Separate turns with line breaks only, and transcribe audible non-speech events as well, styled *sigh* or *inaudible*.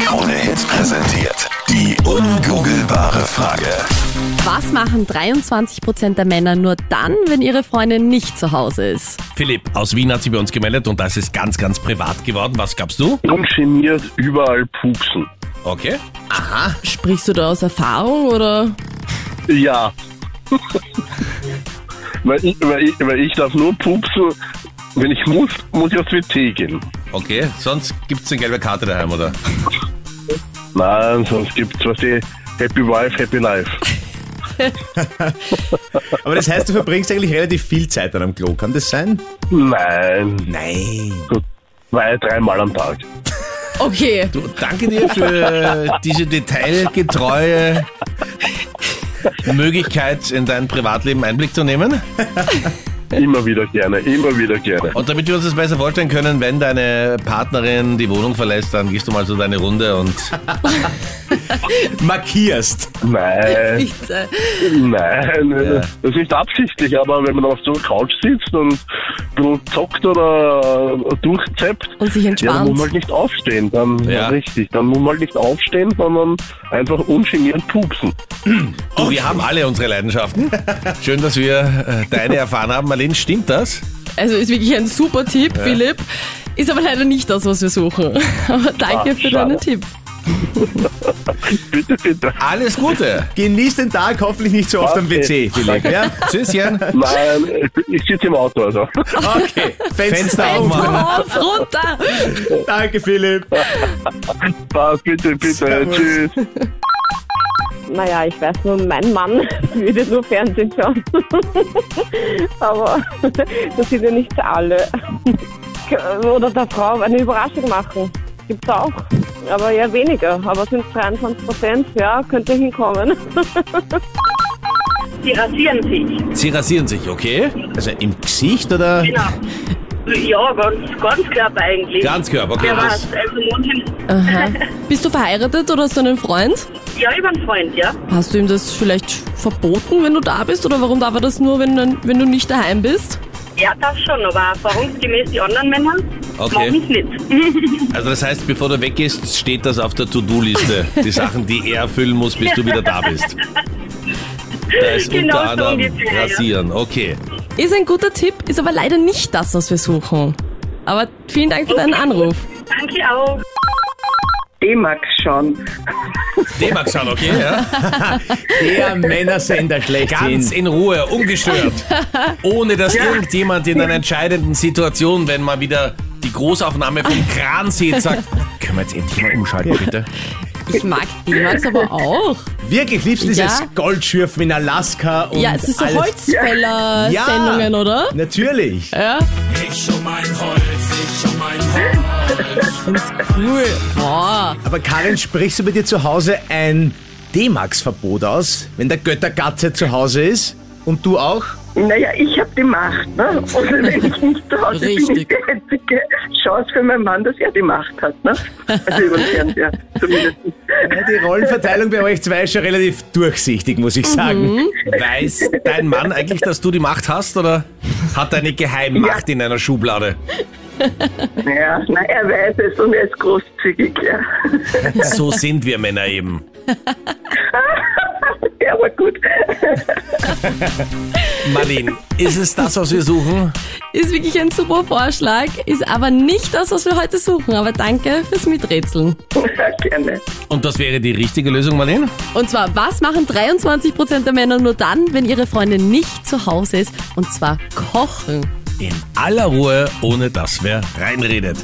Welt präsentiert. Die ungoogelbare Frage.
Was machen 23% der Männer nur dann, wenn ihre Freundin nicht zu Hause ist?
Philipp aus Wien hat sich bei uns gemeldet und das ist ganz, ganz privat geworden. Was gabst du?
ungeniert überall pupsen.
Okay. Aha.
Sprichst du da aus Erfahrung oder?
Ja. *laughs* weil, ich, weil, ich, weil ich darf nur pupsen, wenn ich muss, muss ich aufs WC gehen.
Okay. Sonst gibt's eine gelbe Karte daheim, oder?
Nein, sonst gibt's, was die Happy Wife, Happy Life.
*laughs* Aber das heißt, du verbringst eigentlich relativ viel Zeit an einem Klo, kann das sein?
Nein,
Nein.
so zwei, dreimal am Tag.
Okay,
Du, danke dir für diese detailgetreue Möglichkeit, in dein Privatleben Einblick zu nehmen.
Immer wieder gerne, immer wieder gerne.
Und damit wir uns das besser vorstellen können, wenn deine Partnerin die Wohnung verlässt, dann gehst du mal so deine Runde und
Markierst.
Nein,
bitte.
nein, das ist nicht absichtlich, aber wenn man auf so einer Couch sitzt und ein bisschen zockt oder durchzeppt,
Und sich
Ja, dann muss man
entspannt.
halt nicht aufstehen, dann
Ja.
richtig. Dann muss man halt nicht aufstehen, sondern einfach ungeniert pupsen.
du, wir haben alle unsere Leidenschaften. Schön, dass wir äh, deine erfahren haben. Marlene, stimmt das?
Also ist wirklich ein super Tipp, Philipp. Ist aber leider nicht das, was wir suchen. *laughs* Aber danke
Ah,
für
schade.
deinen Tipp.
Bitte, bitte.
Alles Gute.
Genieß den Tag, hoffentlich nicht so oft am
Okay.
WC, Philipp. Ja?
Tschüsschen.
Nein, ich- ich sitze im Auto, also.
Okay.
Oh
Fenster
Fenster
auf.
auf, runter!
Danke, Philipp.
Passt, bitte, bitte.
Servus.
Tschüss.
Naja, ich weiß nur, mein Mann *laughs* würde nur Fernsehen schauen. *laughs* Aber *laughs* das sind ja nicht alle. *laughs* Oder der Frau eine Überraschung machen. Gibt's auch. Aber eher weniger. Aber sind 23 Prozent, ja, könnte hinkommen. *laughs*
Die rasieren sich.
Sie rasieren sich, okay?
Also im Gesicht oder?
Genau. Ja, ganz, ganz Körper eigentlich.
Ganzkörper, okay.
Ja,
Das,
was? Also Mund
Aha. Bist du verheiratet oder hast du einen Freund?
Ja, über einen Freund, ja.
Hast du ihm das vielleicht verboten, wenn du da bist? Oder warum darf er das nur, wenn, wenn du nicht daheim bist?
Ja, das schon, aber erfahrungsgemäß die anderen Männer
Okay.
machen es nicht. *laughs*
also das heißt, bevor du weggehst, steht das auf der To-Do-Liste. Die Sachen, die er erfüllen muss, bis du wieder da bist. Da ist
Genau
unter
so
anderem
ungefähr, ja.
rasieren. Okay.
Ist ein guter Tipp, ist aber leider nicht das, was wir suchen. Aber vielen Dank für deinen Anruf.
Danke auch.
D-Max schauen.
D-Max schauen, okay? Ja?
Der
*laughs*
Männersender
Ganz
schlechthin.
in Ruhe, ungestört. Ohne dass irgendjemand in einer entscheidenden Situation, wenn mal wieder die Großaufnahme vom Kran sieht,
*laughs*
sagt, können wir jetzt endlich mal umschalten, bitte?
Ich mag D-Max aber auch.
Wirklich, liebst du dieses
Ja.
Goldschürfen in Alaska und
ja, es ist so
alles? Ja.
Holzfäller-Sendungen, oder?
Natürlich.
Ja. Ich schon mein Holz, ich schon mein Holz. Das ist cool. Boah.
Aber Karin, sprichst du bei dir zu Hause ein D-Max-Verbot aus, wenn der Göttergatze zu Hause ist? Und du auch?
Naja, ich habe die Macht. Ne? Und
*laughs*
wenn ich nicht zu Hause bin,
Richtig.
ist die einzige Chance für meinen Mann, dass er die Macht hat. Ne? Also über den Fernseher zumindest.
Ja, die Rollenverteilung bei euch zwei ist schon relativ durchsichtig, muss
Mhm.
ich sagen.
Weiß dein Mann eigentlich, dass du die Macht hast oder hat er eine Geheimmacht in einer Schublade?
Ja, na, er weiß es und er ist großzügig. Ja,
So sind wir Männer eben.
ja aber gut. *laughs*
Marlene, ist es das, was wir suchen?
Ist wirklich ein super Vorschlag, ist aber nicht das, was wir heute suchen. Aber danke fürs Miträtseln.
Ja, gerne.
Und das wäre die richtige Lösung, Marlene?
Und zwar, was machen 23% der Männer nur dann, wenn ihre Freundin nicht zu Hause ist? Und zwar kochen.
In aller Ruhe, ohne dass wer reinredet.